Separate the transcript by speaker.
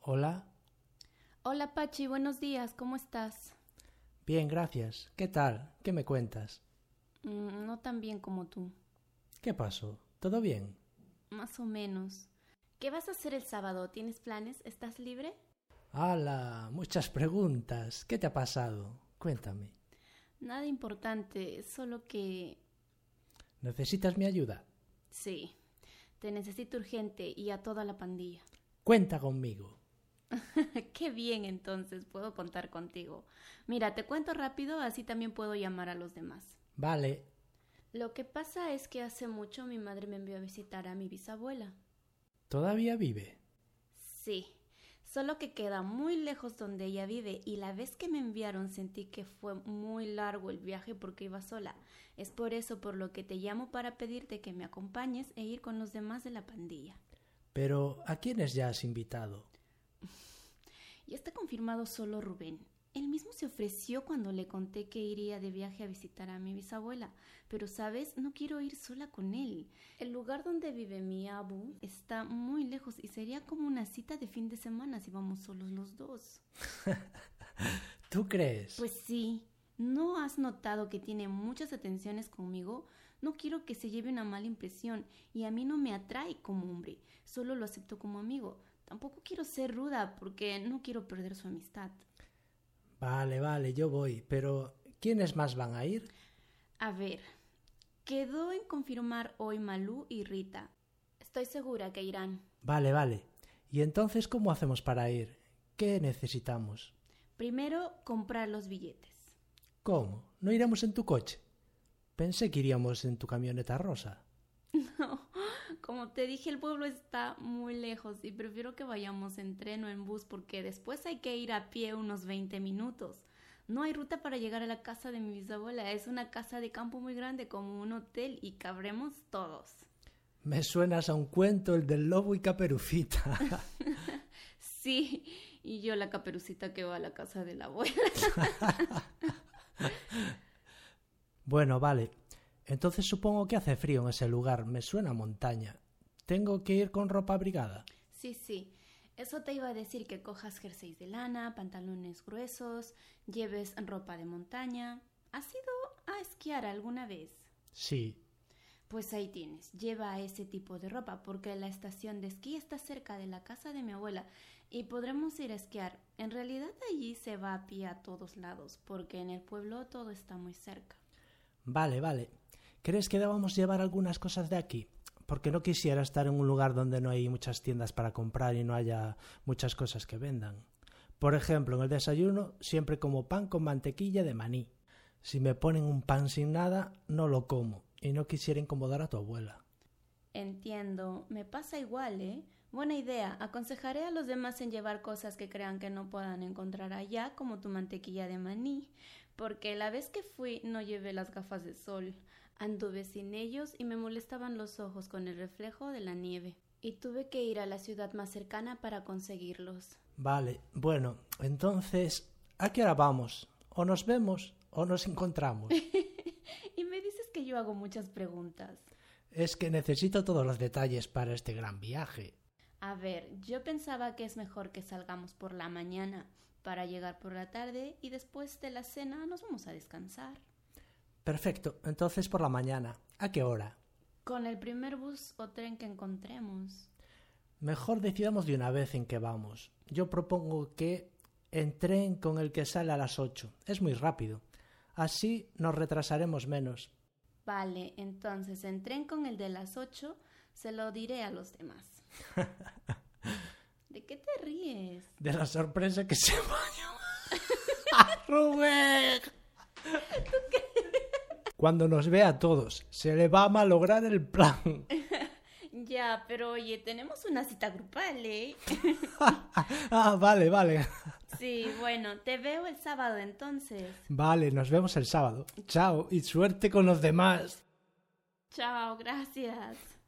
Speaker 1: Hola.
Speaker 2: Hola Pachi, buenos días, ¿cómo estás?
Speaker 1: Bien, gracias. ¿Qué tal? ¿Qué me cuentas?
Speaker 2: Mm, no tan bien como tú,
Speaker 1: ¿Qué pasó? ¿Todo bien?
Speaker 2: más o menos. ¿Qué vas a hacer el sábado? ¿Tienes planes? ¿Estás libre?
Speaker 1: ¡Hala! Muchas preguntas. ¿Qué te ha pasado? Cuéntame.
Speaker 2: Nada importante, solo que...
Speaker 1: ¿Necesitas mi ayuda?
Speaker 2: Sí, te necesito urgente y a toda la pandilla.
Speaker 1: Cuenta conmigo.
Speaker 2: Qué bien entonces, puedo contar contigo. Mira, te cuento rápido, así también puedo llamar a los demás.
Speaker 1: Vale.
Speaker 2: Lo que pasa es que hace mucho mi madre me envió a visitar a mi bisabuela.
Speaker 1: ¿Todavía vive?
Speaker 2: Sí, solo que queda muy lejos donde ella vive y la vez que me enviaron sentí que fue muy largo el viaje porque iba sola. Es por eso por lo que te llamo para pedirte que me acompañes e ir con los demás de la pandilla.
Speaker 1: Pero ¿a quiénes ya has invitado?
Speaker 2: Y está confirmado solo Rubén. Él mismo se ofreció cuando le conté que iría de viaje a visitar a mi bisabuela, pero sabes, no quiero ir sola con él. El lugar donde vive mi abu está muy lejos y sería como una cita de fin de semana si vamos solos los dos.
Speaker 1: ¿Tú crees?
Speaker 2: Pues sí, ¿no has notado que tiene muchas atenciones conmigo? No quiero que se lleve una mala impresión y a mí no me atrae como hombre, solo lo acepto como amigo. Tampoco quiero ser ruda porque no quiero perder su amistad.
Speaker 1: Vale, vale, yo voy. Pero ¿quiénes más van a ir?
Speaker 2: A ver, quedó en confirmar hoy Malú y Rita. Estoy segura que irán.
Speaker 1: Vale, vale. ¿Y entonces cómo hacemos para ir? ¿Qué necesitamos?
Speaker 2: Primero, comprar los billetes.
Speaker 1: ¿Cómo? ¿No iremos en tu coche? Pensé que iríamos en tu camioneta rosa.
Speaker 2: No, como te dije, el pueblo está muy lejos y prefiero que vayamos en tren o en bus porque después hay que ir a pie unos 20 minutos. No hay ruta para llegar a la casa de mi bisabuela. Es una casa de campo muy grande como un hotel y cabremos todos.
Speaker 1: Me suenas a un cuento el del lobo y caperucita.
Speaker 2: Sí, y yo la caperucita que va a la casa de la abuela.
Speaker 1: bueno, vale. Entonces supongo que hace frío en ese lugar. Me suena a montaña. Tengo que ir con ropa abrigada.
Speaker 2: Sí, sí. Eso te iba a decir que cojas jerseys de lana, pantalones gruesos, lleves ropa de montaña. ¿Has ido a esquiar alguna vez?
Speaker 1: Sí.
Speaker 2: Pues ahí tienes, lleva ese tipo de ropa porque la estación de esquí está cerca de la casa de mi abuela y podremos ir a esquiar. En realidad allí se va a pie a todos lados porque en el pueblo todo está muy cerca.
Speaker 1: Vale, vale. ¿Crees que debamos llevar algunas cosas de aquí? Porque no quisiera estar en un lugar donde no hay muchas tiendas para comprar y no haya muchas cosas que vendan. Por ejemplo, en el desayuno siempre como pan con mantequilla de maní. Si me ponen un pan sin nada, no lo como. Y no quisiera incomodar a tu abuela.
Speaker 2: Entiendo, me pasa igual, ¿eh? Buena idea, aconsejaré a los demás en llevar cosas que crean que no puedan encontrar allá, como tu mantequilla de maní, porque la vez que fui no llevé las gafas de sol, anduve sin ellos y me molestaban los ojos con el reflejo de la nieve, y tuve que ir a la ciudad más cercana para conseguirlos.
Speaker 1: Vale, bueno, entonces, ¿a qué hora vamos? ¿O nos vemos o nos encontramos?
Speaker 2: Y me dices que yo hago muchas preguntas.
Speaker 1: es que necesito todos los detalles para este gran viaje.
Speaker 2: A ver, yo pensaba que es mejor que salgamos por la mañana para llegar por la tarde y después de la cena nos vamos a descansar.
Speaker 1: Perfecto, entonces por la mañana. ¿A qué hora?
Speaker 2: Con el primer bus o tren que encontremos.
Speaker 1: Mejor decidamos de una vez en qué vamos. Yo propongo que en tren con el que sale a las ocho. Es muy rápido. Así nos retrasaremos menos.
Speaker 2: Vale, entonces en tren con el de las ocho se lo diré a los demás. ¿De qué te ríes?
Speaker 1: De la sorpresa que se va a Rubén. Cuando nos vea a todos, se le va a malograr el plan.
Speaker 2: Ya, pero oye, tenemos una cita grupal, ¿eh?
Speaker 1: Ah, vale, vale.
Speaker 2: Sí, bueno, te veo el sábado entonces.
Speaker 1: Vale, nos vemos el sábado. Chao y suerte con los demás.
Speaker 2: Chao, gracias.